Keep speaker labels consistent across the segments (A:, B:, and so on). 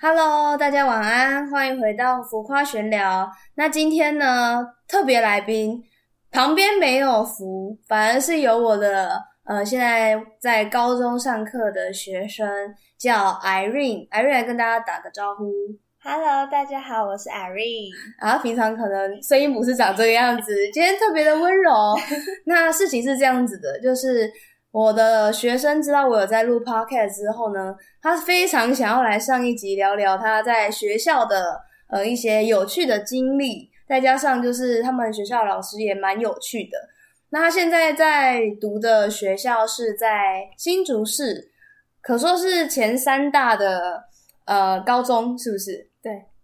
A: Hello，大家晚安，欢迎回到浮夸闲聊。那今天呢，特别来宾旁边没有福，反而是有我的呃，现在在高中上课的学生叫 Irene，Irene 来跟大家打个招呼。
B: Hello，大家好，我是 Irene。
A: 然后平常可能声音不是长这个样子，今天特别的温柔。那事情是这样子的，就是我的学生知道我有在录 podcast 之后呢，他非常想要来上一集聊聊他在学校的呃一些有趣的经历，再加上就是他们学校老师也蛮有趣的。那他现在在读的学校是在新竹市，可说是前三大的呃高中，是不是？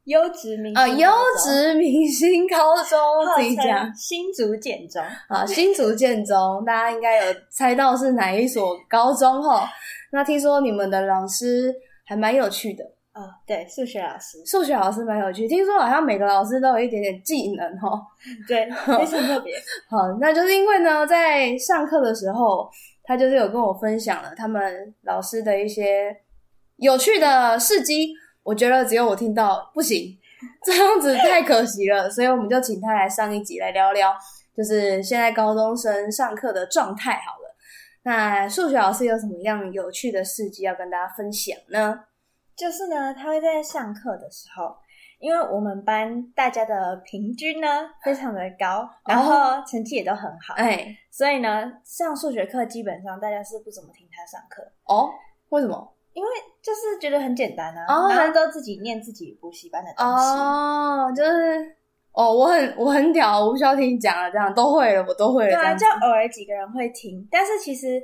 B: 优质明星
A: 啊，优质明星高中
B: 号
A: 自己讲
B: 称新竹简中，
A: 啊，新竹建中，大家应该有猜到是哪一所高中哦。那听说你们的老师还蛮有趣的，
B: 哦，对，数学老师，
A: 数学老师蛮有趣，听说好像每个老师都有一点点技能哦。
B: 对，非常特别。
A: 好，那就是因为呢，在上课的时候，他就是有跟我分享了他们老师的一些有趣的事迹。我觉得只有我听到不行，这样子太可惜了，所以我们就请他来上一集来聊聊，就是现在高中生上课的状态好了。那数学老师有什么样有趣的事迹要跟大家分享呢？
B: 就是呢，他会在上课的时候，因为我们班大家的平均呢非常的高，然后成绩也都很好，
A: 哦哎，
B: 所以呢，上数学课基本上大家是不怎么听他上课，
A: 哦，为什么？
B: 因为就是觉得很简单啊，
A: 哦
B: 然后都自己念自己补习班的东西。
A: 哦，就是哦，我很我很屌，我不需要听你讲了，这样都会了，我都会了，
B: 对
A: 这
B: 啊，
A: 样子
B: 就偶尔几个人会听，但是其实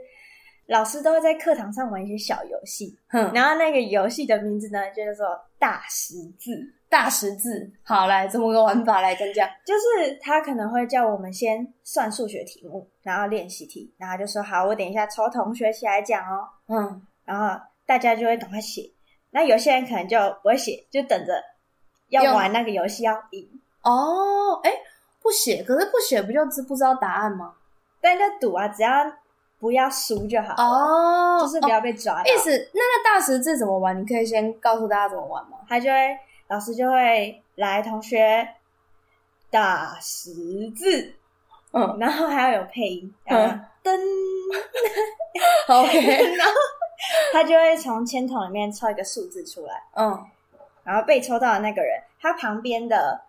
B: 老师都会在课堂上玩一些小游戏，
A: 哼，
B: 然后那个游戏的名字呢，就叫做大识字，
A: 大十字，好来，这么个玩法来讲讲。
B: 就是他可能会叫我们先算数学题目，然后练习题，然后就说好，我等一下抽同学起来讲哦，
A: 嗯，
B: 然后大家就会赶快写，那有些人可能就不会写，就等着
A: 用
B: 要玩那个游戏要赢，
A: 哦，哎，不写，可是不写不就知不知道答案吗？
B: 但就赌啊，只要不要输就好了，
A: 哦，
B: 就是不
A: 哦
B: 要被抓到。
A: 意思，那那大十字怎么玩？你可以先告诉大家怎么玩吗？
B: 他就会老师就会来同学打十字，
A: 嗯
B: 然后还要有配音，
A: 嗯
B: 嗯，噔，
A: ，OK，
B: 然后他就会从铅筒里面抽一个数字出来，
A: 嗯，
B: 然后被抽到的那个人，他旁边的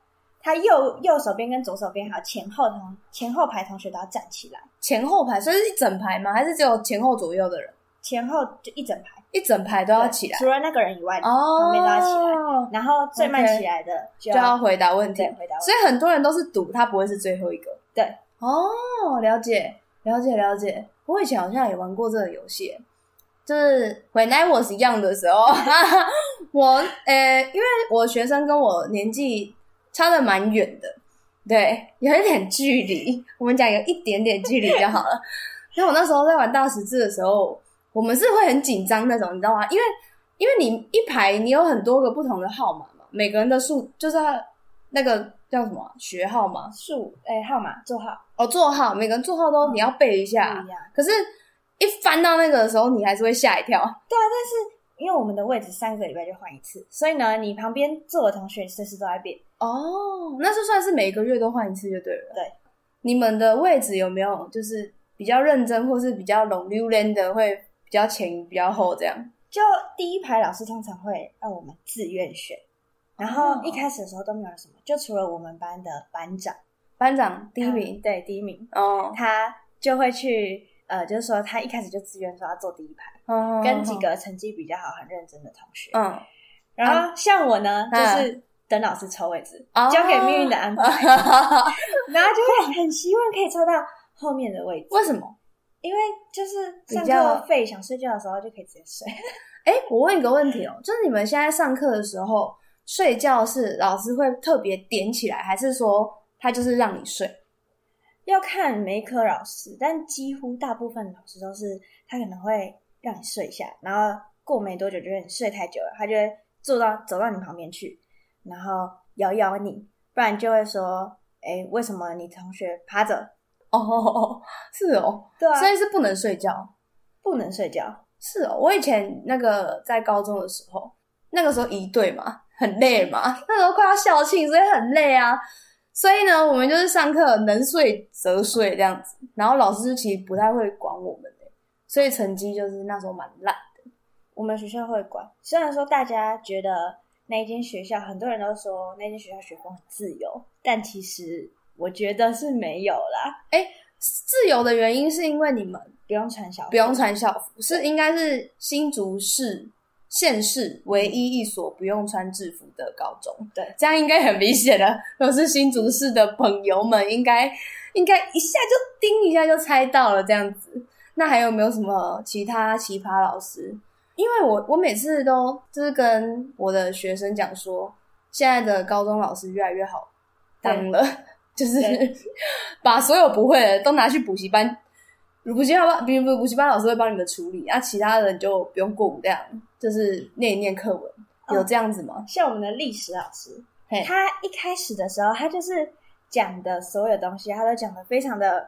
B: 他右右手边跟左手边还有前后同前后排同学都要站起来，
A: 前后排，所以是一整排吗？还是只有前后左右的人？
B: 前后就一整排
A: 一整排都
B: 都
A: 要起来
B: 除了那个人以外，
A: 哦，
B: 旁边都要起来然后最慢
A: OK
B: 起来的就
A: 就要
B: 要
A: 回答问题
B: 对。回答完
A: 所以很多人都是赌他不会是最后一个。
B: 对，
A: 哦，了解，了解，了解。我以前好像也玩过这个游戏，就是 When I was young 的时候， 我呃、因为我学生跟我年纪差的蛮远的，对，有一点距离，我们讲有一点点距离就好了。 因为我那时候在玩大十字的时候，我们是会很紧张那种，你知道吗？因为因为你一排你有很多个不同的号码嘛，每个人的数就是他那个叫什么啊学号嘛，
B: 数哎号码座号
A: 哦座号，每个人座号都你要背一
B: 不
A: 下。
B: 一样。
A: 可是，一翻到那个的时候，你还是会吓一跳。
B: 因为我们的位置三个礼拜就换一次，所以呢，你旁边坐的同学随时都在变。
A: 哦，那就算是每个月都换一次就对了。
B: 对，
A: 你们的位置有没有就是比较认真，或是比较拢溜连的，会比较前比较后这样？
B: 就第一排老师通常会让我们自愿选，然
A: 哦
B: 后一开始的时候都没有什么，就除了我们班的班长
A: 班长第一名
B: 他，对第一名，
A: 哦，
B: 他就会去呃，就是说他一开始就自愿说要坐第一排，
A: 哦
B: 跟几，个成绩比较好、很认真的同学。
A: 嗯，
B: 然后像我呢，就
A: 嗯
B: 是等老师抽位置，
A: 哦
B: 交给命运的安 排，然后就会很希望可以抽到后面的位置。
A: 为什么？
B: 因为就是上
A: 比较
B: 课费想睡觉的时候就可以直接睡，
A: 哎，我问一个问题哦，就是你们现在上课的时候睡觉是老师会特别点起来，还是说他就是让你睡？
B: 要看每一科老师，但几乎大部分老师都是他可能会让你睡一下，然后过没多久觉得你睡太久了，他就会坐到走到你旁边去，然后摇摇你，不然就会说，哎，为什么你同学趴着？
A: 哦哦，是哦，
B: 对啊，
A: 所以是不能睡觉。
B: 不能睡觉。
A: 是哦，我以前那个在高中的时候，那个时候一队嘛，很累嘛，那时候快要校庆，所以很累啊。所以呢，我们就是上课能睡则睡这样子，然后老师其实不太会管我们的、所以成绩就是那时候蛮烂。
B: 我们学校会管，虽然说大家觉得那一间学校，很多人都说那间学校学风很自由，但其实我觉得是没有啦，
A: 自由的原因是因为你们
B: 不用穿小服，
A: 不用穿校服，是应该是新竹市县市唯一一所不用穿制服的高中。
B: 对
A: 这样应该很明显了。都是新竹市的朋友们，应该应该一下就叮一下就猜到了这样子。那还有没有什么其他奇葩老师？因为我我每次都就是跟我的学生讲说，现在的高中老师越来越好当了，就是
B: 对
A: 把所有不会的都拿去补习班，补习班比如补习班老师会帮你们处理，啊，其他人就不用过五量，就是念一念课文，
B: 嗯
A: 有这样子吗？
B: 像我们的历史老师
A: 嘿，
B: 他一开始的时候，他就是讲的所有东西，他都讲的非常的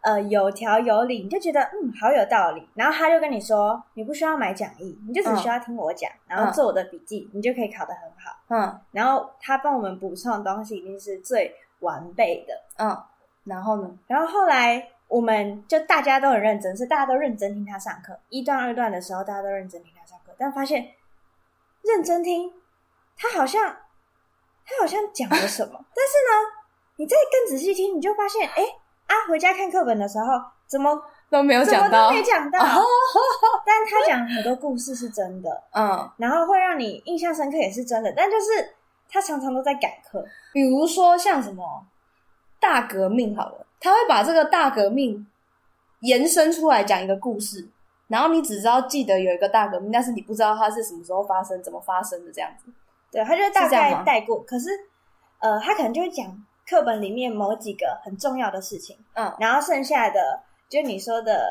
B: 呃有条有理，你就觉得嗯好有道理。然后他就跟你说，你不需要买讲义，你就只需要听我讲，然后做我的笔记，你就可以考得很好。
A: 嗯
B: 然后他帮我们补充的东西一定是最完备的。
A: 嗯，然后呢？
B: 然后后来我们就大家都很认真，是大家都认真听他上课。一段、二段的时候，大家都认真听他上课，但发现认真听，他好像他好像讲了什么，但是呢，你再更仔细听，你就发现，哎啊，回家看课本的时候，怎么
A: 都没有
B: 怎么
A: 讲
B: 都
A: 到
B: 没，讲到？
A: 哦
B: 但他讲很多故事是真的，
A: 嗯，
B: 然后会让你印象深刻也是真的，但就是他常常都在赶课，
A: 比如说像什么大革命好了，他会把这个大革命延伸出来讲一个故事，然后你只知道记得有一个大革命，但是你不知道它是什么时候发生、怎么发生的这样子。
B: 对，他就会大
A: 是这样
B: 概
A: 吗
B: 带过。可是，呃，他可能就会讲课本里面某几个很重要的事情，
A: 嗯
B: 然后剩下的就你说的，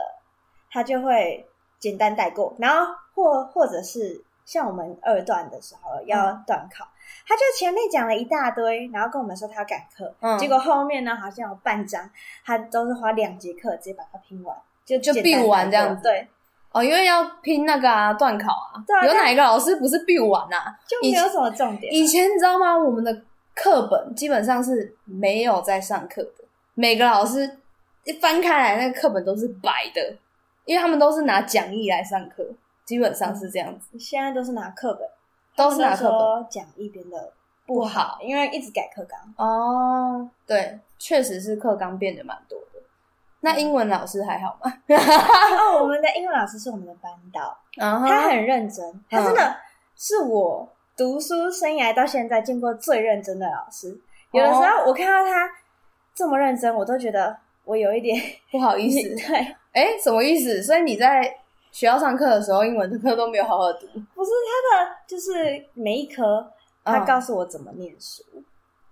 B: 他就会简单带过。然后或或者是像我们二段的时候要
A: 嗯
B: 段考，他就前面讲了一大堆，然后跟我们说他要赶课，
A: 嗯，
B: 结果后面呢好像有半章，他都是花两节课直接把它拼完，就
A: 就
B: 简单
A: 必
B: 带
A: 完
B: 过
A: 这样子
B: 对，
A: 哦，因为要拼那个啊，段考啊，
B: 对 啊
A: 有
B: 但
A: 哪一个老师不是必完啊？
B: 就
A: 以
B: 没有
A: 前
B: 什么重点。
A: 以前你知道吗？我们的课本基本上是没有在上课的，每个老师一翻开来，那个课本都是白的，因为他们都是拿讲义来上课，基本上是这样子，
B: 现在都是拿课本。
A: 都是拿课本。
B: 说讲义编的
A: 不好，
B: 因为一直改课纲。
A: 哦，对，确实是课纲变得蛮多的。那英文老师还好吗？啊
B: 哦，我们的英文老师是我们的班导，
A: 然后
B: 他很认
A: 嗯
B: 真，他真的是我读书生涯到现在见过最认真的老师。有的时候我看到他这么认真，我都觉得我有 一点
A: 不好意思，
B: 对，
A: 哎，什么意思？所以你在学校上课的时候，英文的课都没有好好读。
B: 不是他的， 就是每一科他
A: 嗯
B: 告诉我怎么念书，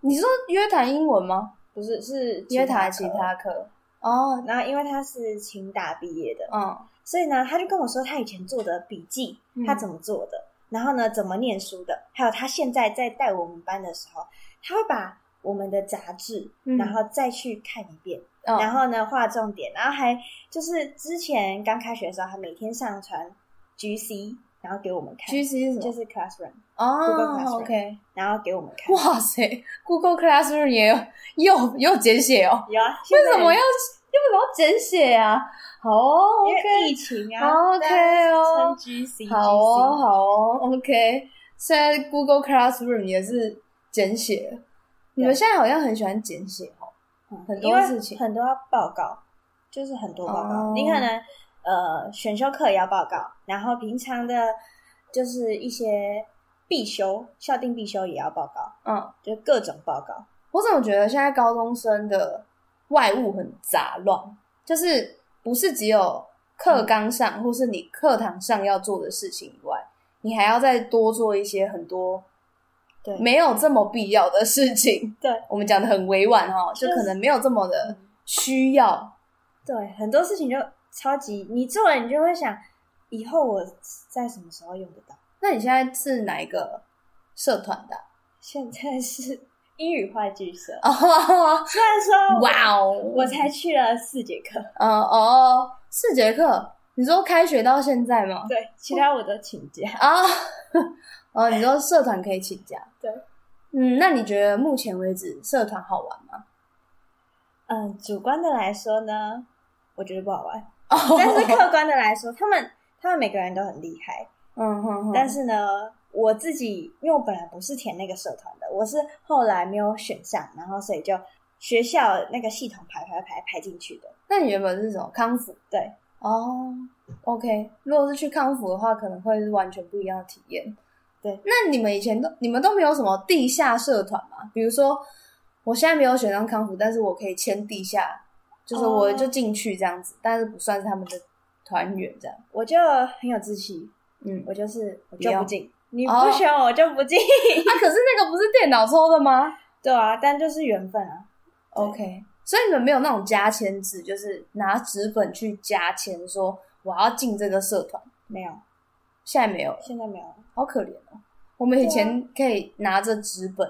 A: 你说约谈英文吗？
B: 不是是
A: 约
B: 他
A: 谈其。他科。哦，
B: 然后，因为他是清大毕业的，
A: 嗯，
B: 所以呢，他就跟我说他以前做的笔记
A: 嗯，
B: 他怎么做的，然后呢，怎么念书的，还有他现在在带我们班的时候，他会把我们的杂志，
A: 嗯
B: 然后再去看一遍，
A: 嗯
B: 然后呢，画重点，然后还就是之前刚开学的时候，他每天上传 GC，然后给我们看
A: G C 是什
B: 就
A: 么？
B: 是 Classroom，Google
A: 哦
B: Classroom
A: ，OK，
B: 然后给我们看。
A: 哇塞，Google Classroom 也有也有也有简写哦，
B: 有啊，
A: 为
B: 现在
A: 什么要为什么要简写啊？好哦
B: 因为
A: ，OK，
B: 疫情
A: 好
B: 啊
A: ，OK 哦
B: 大家是称 GC，
A: 好哦，好哦，OK。现在 Google Classroom 也是简写，你们现在好像很喜欢简写哦。
B: 嗯
A: 很多
B: 因为
A: 事情
B: 很多要报告，就是很多报告。
A: 哦
B: 你可能呃选修课也要报告，然后平常的就是一些必修、校定必修也要报告，
A: 嗯，
B: 就各种报告。
A: 我怎么觉得现在高中生的外物很杂乱，就是不是只有
B: 嗯
A: 课纲上或是你课堂上要做的事情以外，你还要再多做一些很多
B: 对
A: 没有这么必要的事情。
B: 对，
A: 我们讲的很委婉哦，就
B: 就是嗯
A: 可能没有这么的需要。
B: 对，很多事情就超级，你做了你就会想，以后我在什么时候用得到？
A: 那你现在是哪一个社团的啊？
B: 现在是英语话剧社，
A: 哦，
B: 虽然说我
A: 哇哦！哦
B: 我才去了四节课，
A: 呃哦，四节课，你你说开学到现在吗？
B: 对，其他我都请假。
A: 啊， 哦，你说社团可以请假？
B: 对，
A: 嗯，那你觉得目前为止社团好玩吗？
B: 嗯，主观的来说呢，我觉得不好玩；
A: 哦，
B: 但是客观的来说，他们他们每个人都很厉害。
A: 嗯哼哼，
B: 但是呢，我自己因为我本来不是填那个社团的，我是后来没有选上，然后所以就学校那个系统排排排排进去的。
A: 那你原本是什么康复？
B: 对，
A: 哦，OK，如果是去康复的话，可能会是完全不一样的体验。
B: 对，
A: 那你们以前都你们都没有什么地下社团吗？比如说，我现在没有选上康复，但是我可以签地下，就是我
B: 哦
A: 就进去这样子，但是不算是他们的团员这样。
B: 我就很有志气，
A: 嗯，
B: 我就是我
A: 不
B: 就
A: 要
B: 不进，你
A: 哦
B: 不选我我就不进。
A: 啊，可是那个不是电脑抽的吗
B: 对啊，但就是缘分啊。对
A: ？OK，所以你们没有那种加签制，就是拿纸本去加签，说我要进这个社团，
B: 没有，
A: 现在没有了。
B: 现在没有了。
A: 好可怜哦。我们以前可以拿着纸本，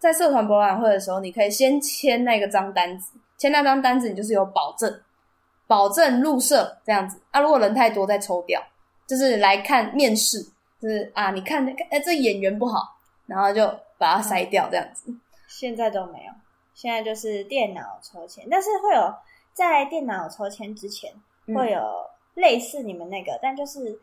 A: 在社团博览会的时候，你可以先签那个张单子，签那张单子你就是有保证，保证入社这样子。啊，如果人太多再抽掉，就是来看面试，就是啊，你看那个，哎、这演员不好，然后就把它筛掉这样子。
B: 现在都没有，现在就是电脑抽签，但是会有在电脑抽签之前
A: 嗯
B: 会有类似你们那个，但就是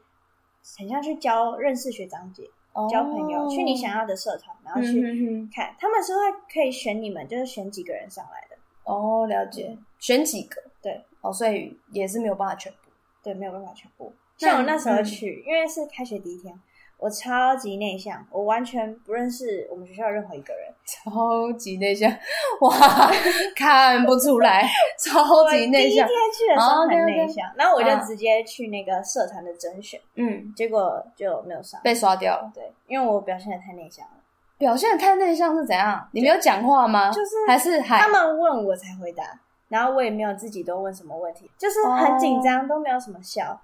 B: 很像去交认识学长姐、交朋友，去你想
A: 要
B: 要的社团，然后
A: 哦嗯
B: 去
A: 哼哼
B: 看，他们是会可以选你们，就是选几个人上来的，
A: 哦，了解，选几个
B: 对
A: 哦，所以也是没有办法全部。
B: 对，没有办法全部。
A: 那
B: 像我那时候
A: 嗯
B: 去，因为是开学第一天，我超级内向，我完全不认识我们学校任何一个人，
A: 超级内向，哇， 看不出来，超级内向
B: 我第。一天去的时候
A: 哦
B: 很
A: ，OK，OK
B: 内向，然后我就
A: 嗯
B: 直接去那个社团的甄选，
A: 嗯，
B: 结果就没有上。
A: 被刷掉了。
B: 对，因为我表现的太内向了，
A: 表现得太内向是怎样？你没有讲话吗？
B: 就是
A: 还是还
B: 他们问我才回答，然后我也没有自己多问什么问题，就是很紧张，都没有什么笑，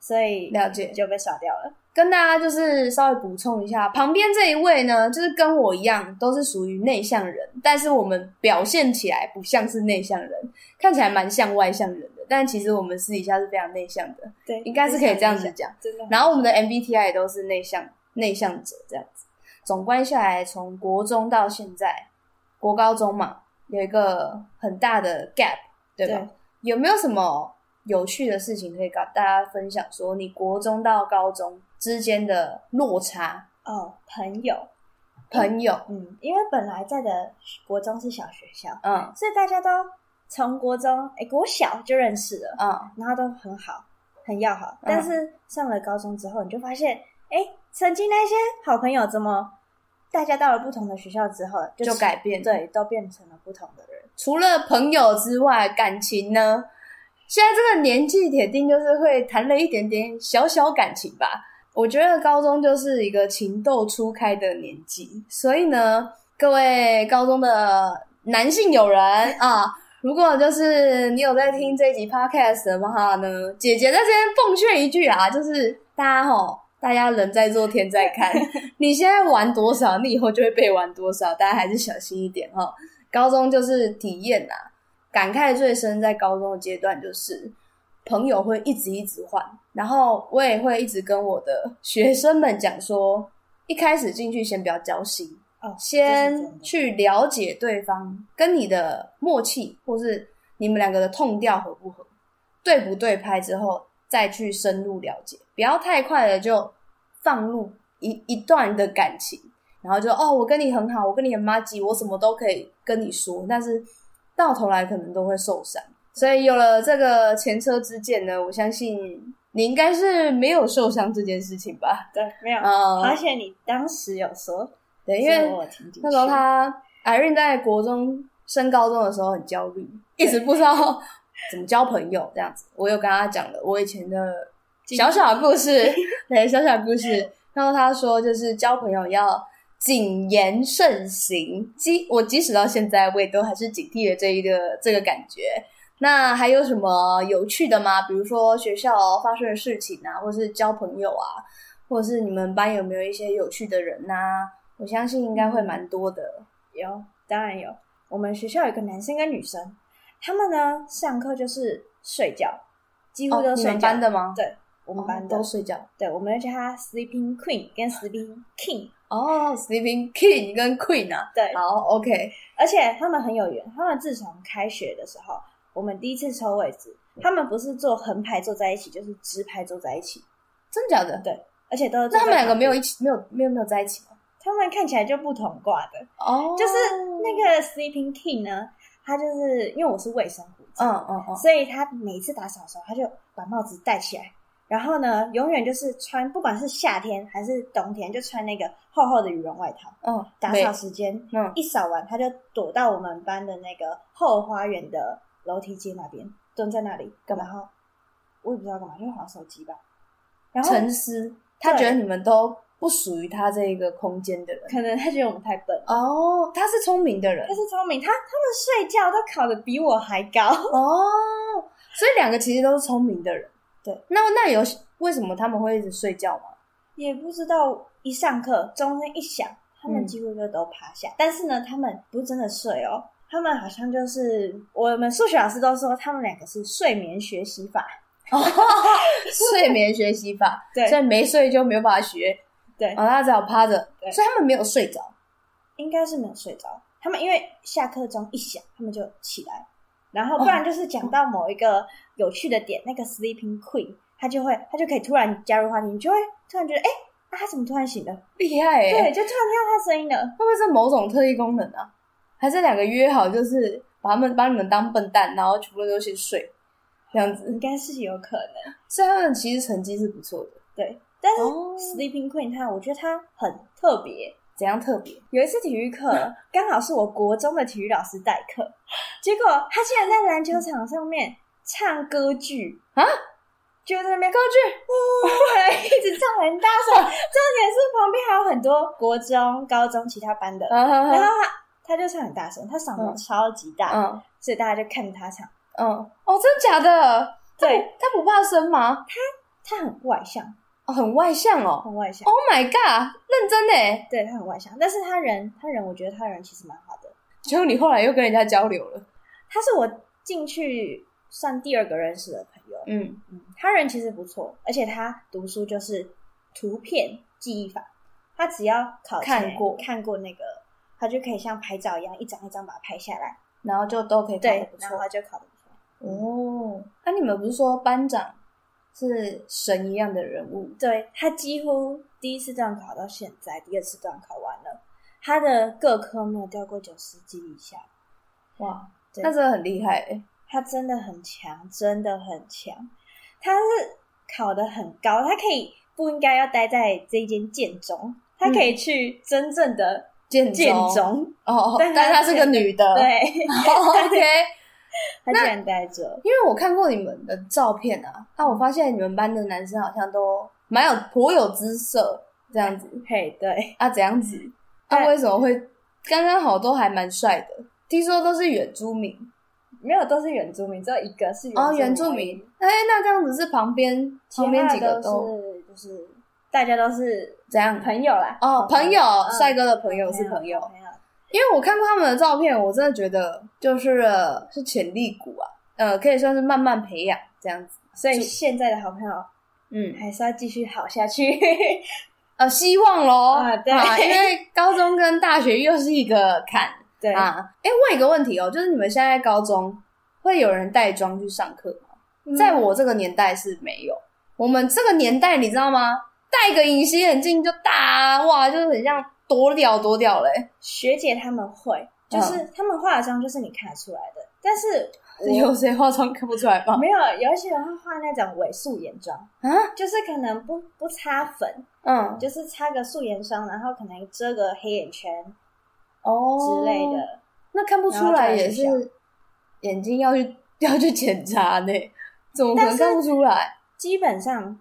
B: 所以
A: 了解
B: 就被刷掉了。
A: 跟大家就是稍微补充一下，旁边这一位呢，就是跟我一样都是属于内向人，但是我们表现起来不像是内向人，看起来蛮像外向人的，但其实我们私底下是非常内向的，
B: 对，
A: 应该是可以这样子
B: 内向，
A: 讲。
B: 真的很。
A: 然后我们的 MBTI 也都是内向内向者这样子。总观下来，从国中到现在，国高中嘛，有一个很大的 gap，对吧？
B: 对
A: 有没有什么有趣的事情可以跟大家分享？说你国中到高中之间的落差，
B: 哦，朋友，
A: 朋友，
B: 嗯，因为本来在的国中是小学校，
A: 嗯
B: 所以大家都从国中哎国小就认识了，
A: 嗯，
B: 然后都很好，很要好。但
A: 嗯
B: 是上了高中之后，你就发现，哎、曾经那些好朋友怎么大家到了不同的学校之后就
A: 就改变了
B: 对，都变成了不同的人。
A: 除了朋友之外，感情呢？现在这个年纪，铁定就是会谈了一点点小小感情吧。我觉得高中就是一个情窦初开的年纪，所以呢，各位高中的男性友人啊，如果就是你有在听这一集 podcast 的话呢，姐姐在这边奉劝一句啊，就是大家吼，大家人在做天在看，你现在玩多少，你以后就会被玩多少，大家还是小心一点哈。高中就是体验啦，感慨最深在高中的阶段就是朋友会一直一直换，然后我也会一直跟我的学生们讲说，一开始进去先不要交心，
B: 哦，这是真
A: 先
B: 的
A: 去了解对方跟你的默契，或是你们两个的痛调合不合，对不对拍之后，再去深入了解，不要太快的就放入一一段的感情，然后就哦，我跟你很好，我跟你很妈吉，我什么都可以跟你说，但是到头来可能都会受伤。所以有了这个前车之鉴呢，我相信你应该是没有受伤这件事情吧？
B: 对，没有。
A: 嗯，
B: 而且你当时有说，
A: 对，因为
B: 所以我听进去
A: 那时候他 Irene 在国中升高中的时候很焦虑，一直不知道 怎么交朋友这样子。我有跟他讲了我以前的小小的故 事，对小小的故事。然后他说，就是交朋友要谨言慎行。即我即使到现在，我也都还是警惕了这一个这个感觉。那还有什么有趣的吗？比如说学校发生的事情啊，或是交朋友啊，或者是你们班有没有一些有趣的人呐、我相信应该会蛮多的。
B: 有，当然有。我们学校有一个男生跟女生，他们呢上课就是睡觉，几乎
A: 哦，
B: 嗯都
A: 你
B: 睡
A: 们
B: 觉。
A: 班的吗？
B: 对，我们班
A: 哦
B: 的、
A: 都睡觉。
B: 对，我们就叫他 Sleeping Queen 跟 Sleeping King。
A: 哦，Sleeping King 跟 Queen 啊。
B: 对，
A: 好，OK，
B: 而且他们很有缘，他们自从开学的时候，我们第一次抽位置，他们不是坐横排坐在一起，就是直排坐在一起，
A: 真假的？
B: 而且都是坐
A: 那他们
B: 在
A: 两个
B: 旁
A: 没有
B: 边，
A: 一起，没有没有没有在一起吗？
B: 他们看起来就不同挂的。
A: 哦
B: 就是那个 Sleeping King 呢，他就是因为我是卫生股长，
A: 嗯嗯嗯，
B: 所以他每次打扫的时候，他就把帽子戴起来，然后呢，永远就是穿，不管是夏天还是冬天，就穿那个厚厚的羽绒外套。
A: 嗯，
B: 打
A: 没
B: 扫时间
A: 嗯
B: 一扫完，他就躲到我们班的那个后花园的楼梯间那边，蹲在那里
A: 干嘛
B: 然后我也不知道干嘛，就划手机吧。然后
A: 沉思，他
B: 对
A: 觉得你们都不属于他这一个空间的人。
B: 可能他觉得我们太笨，
A: 哦，他是聪明的人
B: 但是聪明，他他们睡觉都考的比我还高。
A: 哦，所以两个其实都是聪明的人。
B: 对，
A: 那那有为什么他们会一直睡觉吗？
B: 也不知道一上课钟声一响，他们
A: 嗯
B: 几乎就都趴下。但是呢，他们不是真的睡哦，他们好像就是我们数学老师都说他们两个是睡眠学习法。
A: 睡眠学习 法，
B: 对
A: 所以没睡就没有办法学，
B: 对，
A: 然后他只好趴着，
B: 对
A: 所以他们没有睡着。
B: 应该是没有睡着。他们因为下课钟一响，他们就起来，然后不然就是讲到某一个有趣的点，那个 Sleeping Queen，他就会他就可以突然加入话题，你就会突然觉得，哎、那他怎么突然醒了？
A: 厉害哎、
B: 对，就突然听到他声音了。
A: 会不会是某种特异功能啊？还是两个约好，就是把他们把你们当笨蛋，然后全部都去睡，这样子。
B: 应该是有可能，
A: 所以他们其实成绩是不错的。
B: 对。但是
A: 哦
B: Sleeping Queen 他，我觉得他很特别。
A: 怎样特别？
B: 有一次体 育课，刚好是我国中的体育老师代课，结果他竟然在篮球场上面唱歌剧
A: 啊，
B: 就在那边
A: 高剧
B: 对，一直唱很大 声。重点是旁边还有很多国中、高中其他班的，
A: 啊哈
B: 然后
A: 哈，
B: 他他就唱很大声，他嗓
A: 嗯
B: 门超级大，
A: 嗯
B: 所以大家就看着他唱。
A: 嗯，哦，真假的？
B: 对
A: 他不怕生吗？
B: 他很外向，
A: 哦，很外向哦。
B: 很外向，
A: Oh my god，认真欸呢。
B: 对他很外向。但是他人，他人，我觉得他人其实蛮好的。
A: 结果你后来又跟人家交流了。
B: 他是我进去算第二个认识的朋友，
A: 嗯，
B: 嗯，他人其实不错，而且他读书就是图片记忆法，他只要考前
A: 看过
B: 看过那个，他就可以像拍照一样，一张一张把它拍下来。
A: 然后就都可以考得
B: 对
A: 不，
B: 然后
A: 错。
B: 他就考得不错。
A: 哦，那、你们不是说班长是神一样的人物？
B: 对他几乎第一次段考到现在，第二次段考完了，他的各科没有掉过九十及以下，
A: 哇，
B: 对
A: 那真的很厉害欸。
B: 他真的很强，真的很强。他是考得很高，他可以不应该要待在这一间建中，他可以去真正的
A: 嗯建
B: 建
A: 中嗯
B: 中。
A: 哦，
B: 但
A: 但
B: 她
A: 她是个女的。
B: 对，
A: 哦，OK。
B: 他竟然待着，
A: 因为我看过你们的照片啊，那我发现你们班的男生好像都蛮有颇有姿色这样子
B: 嘿，对，
A: 啊，怎样子？啊，
B: 哎
A: 为什么会刚刚好都还蛮帅的？听说都是原住民
B: 没有都是原住民，只有一个是
A: 哦，原住民。哎，那这样子是旁边旁边几个都
B: 是就是大家都是
A: 怎样？
B: 朋友啦。
A: 哦，朋友，帅
B: 哥
A: 哥的朋友是朋友，
B: 朋友
A: 因为我看过他们的照片，我真的觉得就是呃是潜力股啊，呃，可以算是慢慢培养这样子。
B: 所以现在的好朋友
A: 嗯，
B: 还是要继续好下去。
A: 呃，希望喽
B: 啊对
A: 因为高中跟大学又是一个坎
B: 对，
A: 啊。哎，问一个问题哦，就是你们现在高中会有人带妆去上课吗？
B: 嗯
A: 在我这个年代是没有，我们这个年代你知道吗？戴个隐形眼镜就大哇，就是很像多屌多屌嘞、
B: 学姐他们会，就是他们化的妆就是你看得出来的，但是我
A: 嗯 有谁化妆看不出来吗？
B: 没有，有一些人会画那种伪素颜妆，
A: 啊，
B: 就是可能不不擦粉，
A: 嗯，
B: 就是擦个素颜霜，然后可能遮个黑眼圈
A: 哦
B: 之类的。
A: 那看不出来也是眼睛要去 要去检查呢，怎么可能看不出来？
B: 基本上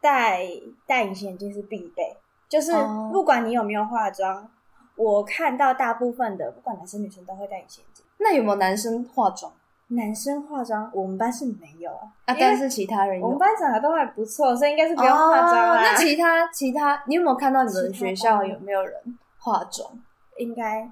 B: 戴戴隐形眼镜是必备，就是
A: 哦
B: 不管你有没有化妆，我看到大部分的不管男生女生都会戴隐形眼镜。
A: 那有没有男生化妆
B: 男生化妆，我们班是没有啊，
A: 啊？
B: 因为
A: 但是其他人有
B: 我们班长得都还不错，所以应 该是不用化妆啊啦、
A: 哦那其他其他，你有没有看到你们
B: 其他
A: 学校
B: 班
A: 有没有人化妆？
B: 应该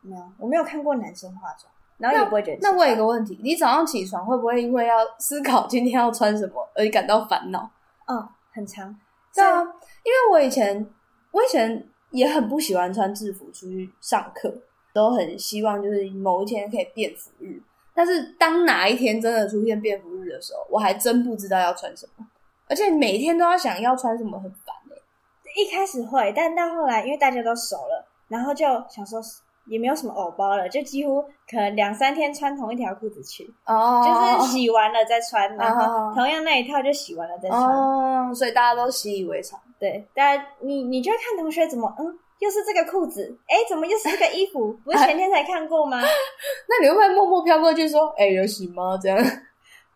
B: 没有，我没有看过男生化妆。然后也不会觉得
A: 那我有一个问题，你早上起床会不会因为要思考今天要穿什么而感到烦恼？
B: 哦很长，
A: 对啊，因为我以前我以前也很不喜欢穿制服出去上课，都很希望就是某一天可以变服日。但是当哪一天真的出现变服日的时候，我还真不知道要穿什么，而且每天都要想要穿什么，很烦欸
B: 一开始会，但到后来因为大家都熟了，然后就想说也没有什么偶包了，就几乎可能两三天穿同一条裤子去，
A: 哦
B: 就是洗完了再穿，然
A: 哦
B: 后同样那一套就洗完了再穿。
A: 哦，所以大家都习以为常。
B: 对，大家你你就会看同学怎么，嗯，又是这个裤子，哎，怎么又是这个衣服？不是前天才看 过吗？
A: 那你会不会默默飘过去说：“哎、有洗吗？”这样？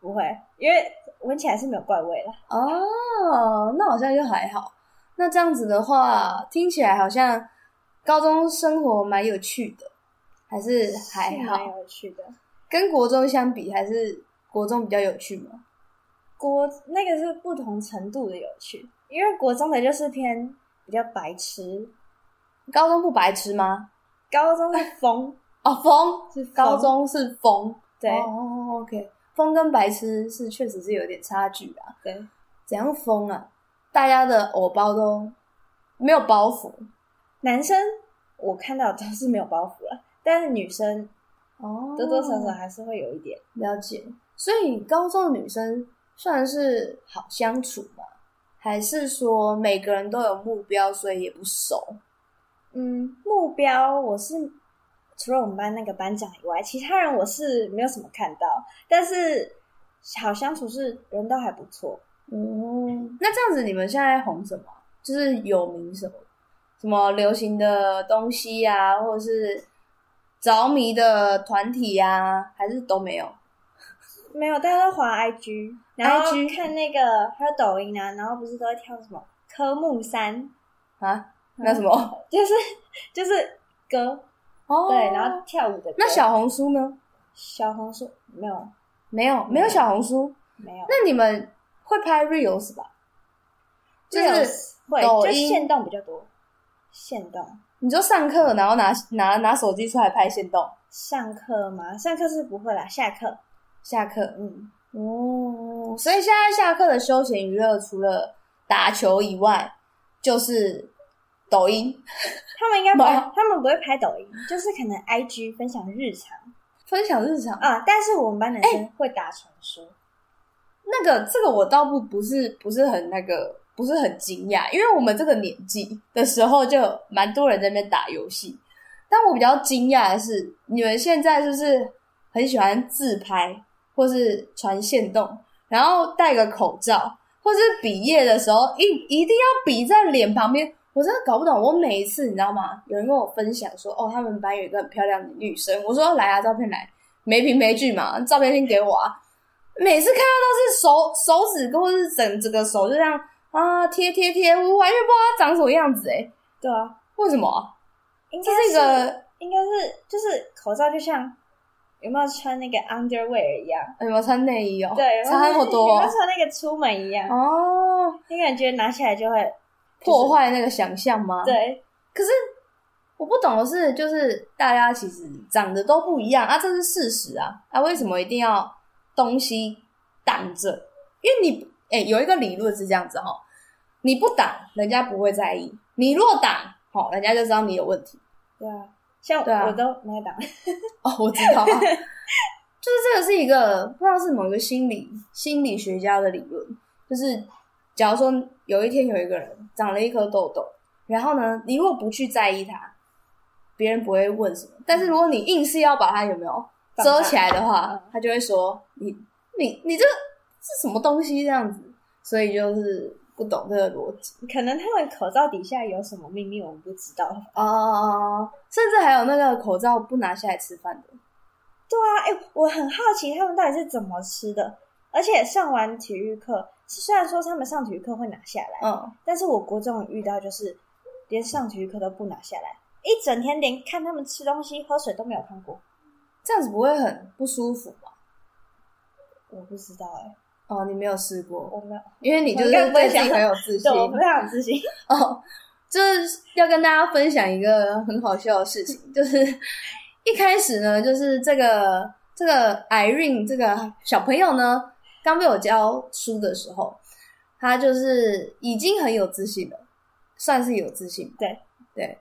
B: 不会，因为闻起来是没有怪味了。
A: 哦，那好像就还好。那这样子的话，听起来好像高中生活蛮有趣的，还是啊哦还
B: 是蛮
A: 好。
B: 有趣的。
A: 跟国中相比，还是国中比较有趣吗？
B: 国那个是不同程度的有趣，因为国中的就是偏比较白痴，
A: 高中不白痴吗？
B: 高中是疯，
A: 哦，疯
B: 是疯
A: 高中是疯，
B: 对、
A: 哦哦哦，OK，疯跟白痴是确实是有点差距啊。
B: 对，
A: 怎样疯啊？大家的偶包都没有包袱
B: 男生我看到都是没有包袱了，但是女生
A: 哦
B: 多多少少还是会有一点。
A: 了解，所以高中的女生算是好相处吗？还是说每个人都有目标，所以也不熟？
B: 嗯，目标我是除了我们班那个班长以外，其他人我是没有什么看到，但是好相处是人都还不错。
A: 嗯，那这样子你们现在红什么？就是有名什么？什么流行的东西呀、或者是着迷的团体呀、还是都没有？
B: 没有，大家都滑 IG，然后
A: IG
B: 看那个还有抖音啊，然后不是都会跳什么科目三，
A: 啊？那什么？
B: 就是 就是歌，
A: 哦
B: 对，然后跳舞的歌。
A: 那小红书呢？
B: 小红书没有
A: 没有，
B: 嗯
A: 没有小红书。
B: 没有，
A: 那你们会拍 reels 吧？就是
B: Reels 会
A: 抖
B: 就
A: 音
B: 现动比较多，现动
A: 你就上课，然后拿拿拿手机出来拍线动，
B: 上课吗？上课是不会啦，下课
A: 下课。
B: 嗯
A: 哦，所以现在下课的休闲娱乐，除了打球以外，就是抖音，
B: 他们应该不
A: 没有
B: 会，他们不会拍抖音，就是可能 I G 分享日常
A: 分享日常。
B: 啊。但是我们班男生
A: 哎
B: 会打传说，
A: 那个这个我倒不不是不是很那个，不是很惊讶，因为我们这个年纪的时候就有蛮多人在那边打游戏。但我比较惊讶的是，你们现在是不是很喜欢自拍，或是传线动，然后戴个口罩，或是比耶的时候一一定要比在脸旁边。我真的搞不懂，我每一次你知道吗？有人跟我分享说，哦，他们班有一个很漂亮的女生，我说来啊，照片来，没凭没据嘛，照片先给我啊。每次看到都是手手指或是整整个手就这样啊贴贴贴，我完全不知道她长什么样子诶、欸
B: 对啊，
A: 为什么啊？
B: 应该
A: 这是一个
B: 应该是就是口罩就像有没有穿那个 underwear 一样，
A: 有没有穿内衣哦？
B: 对，有没有
A: 差那么多
B: 有没
A: 哦
B: 有穿那个出门一样，
A: 哦，
B: 你感觉拿起来就会
A: 破坏那个想象吗？，
B: 对
A: 可是我不懂的是，就是大家其实长得都不一样啊，这是事实啊啊，为什么一定要东西挡着？因为你哎、有一个理论是这样子哈，你不挡人家不会在意，你若挡哦，人家就知道你有问题。
B: 对啊，像
A: 对啊
B: 我都没有打
A: 哦，我知道、啊， 就是这个是一个不知道是某个心理心理学家的理论，就是假如说有一天有一个人长了一颗痘痘，然后呢，你如果不去在意它，别人不会问什么；但是如果你硬是要把它有没有
B: 放大
A: 遮起来的话
B: 嗯，
A: 他就会说你你你这是什么东西这样子，所以就是不懂这个逻辑。
B: 可能他们口罩底下有什么秘密，我们不知道。对
A: 哦，甚至还有那个口罩不拿下来吃饭的，
B: 啊，哎、我很好奇他们到底是怎么吃的。而且上完体育课，虽然说他们上体育课会拿下来，
A: 嗯。
B: 但是我国中遇到就是连上体育课都不拿下来，一整天连看他们吃东西、喝水都没有看过。
A: 这样子不会很不舒服吗？
B: 我不知道哎、
A: 哦，你没有试过，
B: 我没有，
A: 因为你就是
B: 我应该不会
A: 对自己
B: 想
A: 很有自信
B: 对我非常有 自信。
A: 哦。就是要跟大家分享一个很好笑的事情，就是一开始呢，就是这个这个 Irene 这个小朋友呢，刚被我教书的时候，他就是已经很有自信了，算是有自信。
B: 对
A: 对，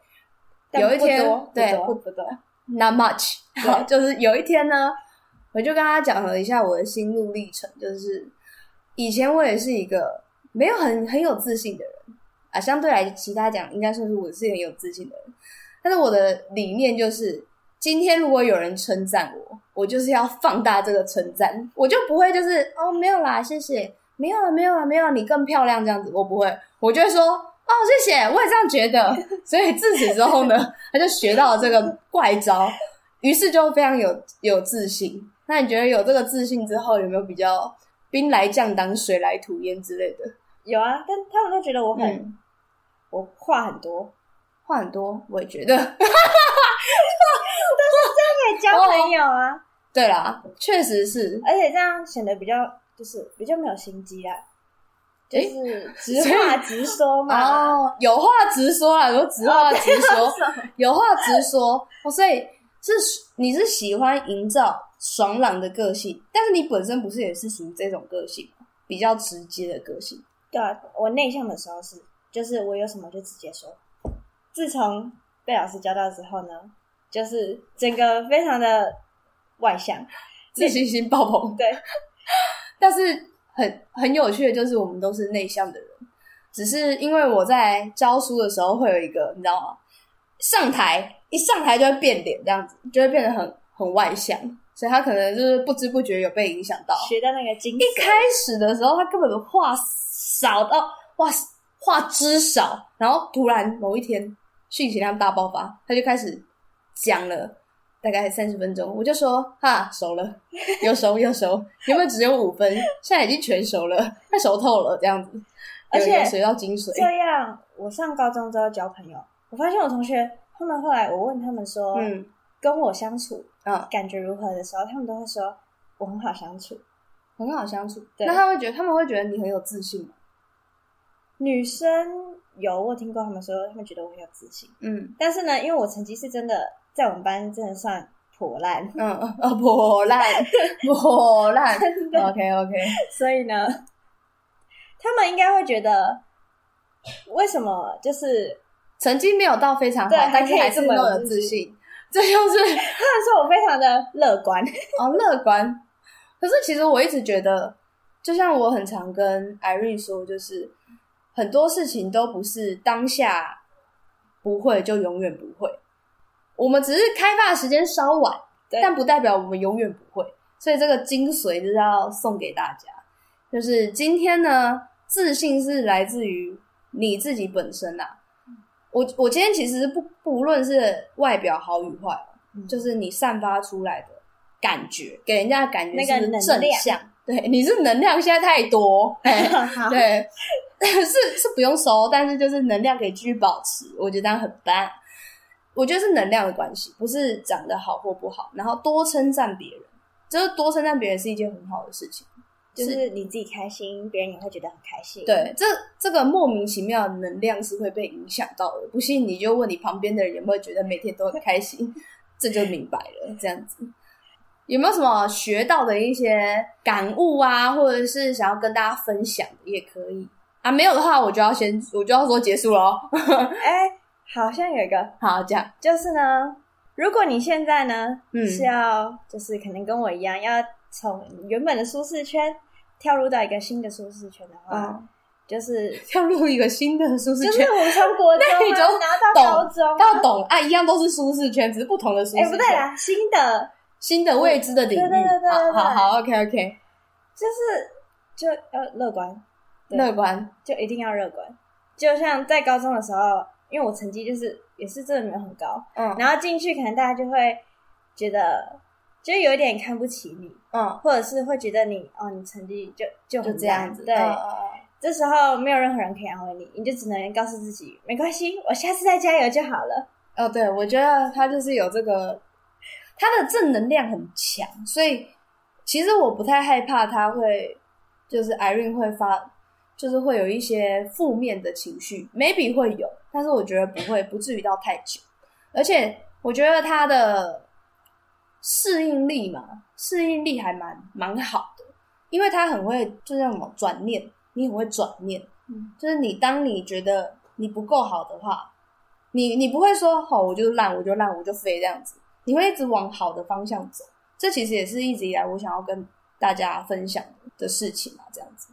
B: 但
A: 有一
B: 不
A: 天
B: 多不
A: 对
B: 多
A: 不
B: 不多，
A: not much。
B: 对
A: 好，就是有一天呢，我就跟他讲了一下我的心路历程，就是以前我也是一个没有很很有自信的人啊，相对来其他讲，应该说是我是很有自信的人，但是我的理念就是。今天如果有人称赞我，我就是要放大这个称赞，我就不会就是哦没有啦，谢谢，没有啊没有啊没有啊，你更漂亮这样子，我不会，我就会说哦谢谢，我也这样觉得。 所以自此之后呢，他就学到了这个怪招，于是就非常有有自信。那你觉得有这个自信之后，有没有比较兵来将挡、水来土掩之类的？
B: 有啊，但他们都觉得我很、
A: 嗯
B: 我话很多，
A: 话很多，我也觉得。
B: 可以交朋友
A: 哦
B: 啊，
A: 对啦，确实是。
B: 而且这样显得比较就是比较没有心机啦，就是直
A: 所以
B: 话直说嘛。
A: 哦，啊有话直说啦，有直话直说，有话直说。哦，所以是你是喜欢营造爽朗的个性，但是你本身不是也是属于这种个性吗，比较直接的个性。
B: 对啊，我内向的时候是，就是我有什么就直接说。自从被老师教到之后呢，就是整个非常的外向。
A: 自信心爆棚。
B: 对，
A: 但是很很有趣的就是，我们都是内向的人，只是因为我在教书的时候会有一个，你知道吗？上台一上台就会变脸，这样子就会变得很很外向，所以他可能就是不知不觉有被影响到。
B: 学到那个精
A: 一
B: 髓，
A: 开始的时候，他根本话少到哇话之少，然后突然某一天讯息量大爆发，他就开始讲了大概三十分钟，我就说哈熟了， 又熟又熟，原本只有五分，现在已经全熟了，快熟透了这样子，
B: 而且
A: 有有学到精髓，
B: 这样我上高中之后交朋友，我发现我同学他们后来我问他们说，
A: 嗯
B: 跟我相处
A: 嗯，
B: 感觉如何的时候，他们都会说我很好相处。
A: 很好相处。
B: 对
A: 那他会觉得他们会觉得你很有自信吗？
B: 女生有我有听过他们说，他们觉得我很有自信，
A: 嗯
B: 但是呢，因为我成绩是真的在我们班真的算破烂，
A: 嗯啊，破 烂破烂
B: 真的，
A: ，OK OK，
B: 所以呢，他们应该会觉得为什么就是
A: 成绩没有到非常好，
B: 对
A: 但是
B: 还可以
A: 还是那么有自信，这就是
B: 他们说我非常的乐观，
A: 哦乐观。可是其实我一直觉得，就像我很常跟 Irene 说，就是很多事情都不是当下不会就永远不会，我们只是开发的时间稍晚，
B: 对
A: 但不代表我们永远不会。所以这个精髓就是要送给大家，就是今天呢，自信是来自于你自己本身啦、我我今天其实不不论是外表好与坏，就是你散发出来的感觉，给人家的感觉
B: 那个
A: 是不
B: 能
A: 是正
B: 量
A: 向。对，你是能量现在太 多，哎
B: 好
A: 对， 是是不用收，但是就是能量可以继续保持，我觉得这样很棒。我觉得是能量的关系，不是长得好或不好。然后多称赞别人，就是多称赞别人是一件很好的事情。
B: 就是你自己开心，别人也会觉得很开心。
A: 对，这这个莫名其妙的能量是会被影响到的。不信你就问你旁边的人有没有觉得每天都很开 心，这就明白了。这样子有没有什么学到的一些感悟啊，或者是想要跟大家分享的也可以啊。没有的话，我就要先我就要说结束喽。
B: 哎、好像有一个，
A: 好，这样
B: 就是呢，如果你现在呢、
A: 嗯
B: 是要就是可能跟我一样，要从原本的舒适圈跳入到一个新的舒适圈的话，
A: 啊，
B: 就是
A: 跳入一个新的舒适
B: 嗯就是
A: 圈，
B: 我们从国中、啊、
A: 那你就
B: 然后到高中、啊，
A: 要懂啊，一样都是舒适圈，只是不同的舒
B: 哎、
A: 适
B: 不
A: 圈，
B: 对啦，新的
A: 新的未知的领域。
B: 对对对对对
A: 好好好，OK OK，
B: 就是就要乐观，对
A: 乐观，
B: 就一定要乐观。就像在高中的时候，因为我成绩就是也是真的没有很高，
A: 嗯
B: 然后进去可能大家就会觉得就有一点看不起你，
A: 嗯，
B: 或者是会觉得你哦，你成绩就就
A: 就
B: 很
A: 这样
B: 烂
A: 子，
B: 对，
A: 嗯嗯嗯
B: 这时候没有任何人可以安慰你，你就只能告诉自己没关系，我下次再加油就好了。
A: 哦，对，我觉得他就是有这个，他的正能量很强，所以其实我不太害怕他会，就是 Irene 会发，就是会有一些负面的情绪，maybe 会有，但是我觉得不会，不至于到太久。而且我觉得他的适应力嘛，适应力还蛮蛮好的，因为他很会就像什么转念，你很会转念，
B: 嗯
A: 就是你当你觉得你不够好的话，你你不会说好我就烂我就烂我就废这样子，你会一直往好的方向走。这其实也是一直以来我想要跟大家分享的事情啊，这样子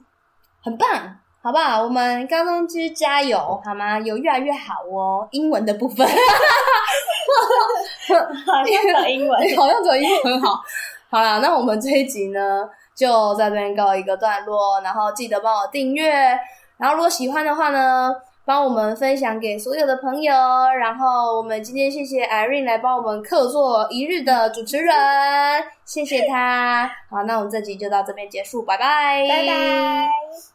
A: 很棒，好不好？我们高中继续加油好吗？有越来越好哦。英文的部分。
B: 好像讲英 文
A: 好像走英文很好。好啦，那我们这一集呢，就在这边告一个段落。然后记得帮我订阅，然后如果喜欢的话呢，帮我们分享给所有的朋友。然后我们今天谢谢 Irene 来帮我们客座一日的主持人，谢谢她。好，那我们这集就到这边结束，拜拜，
B: 拜拜。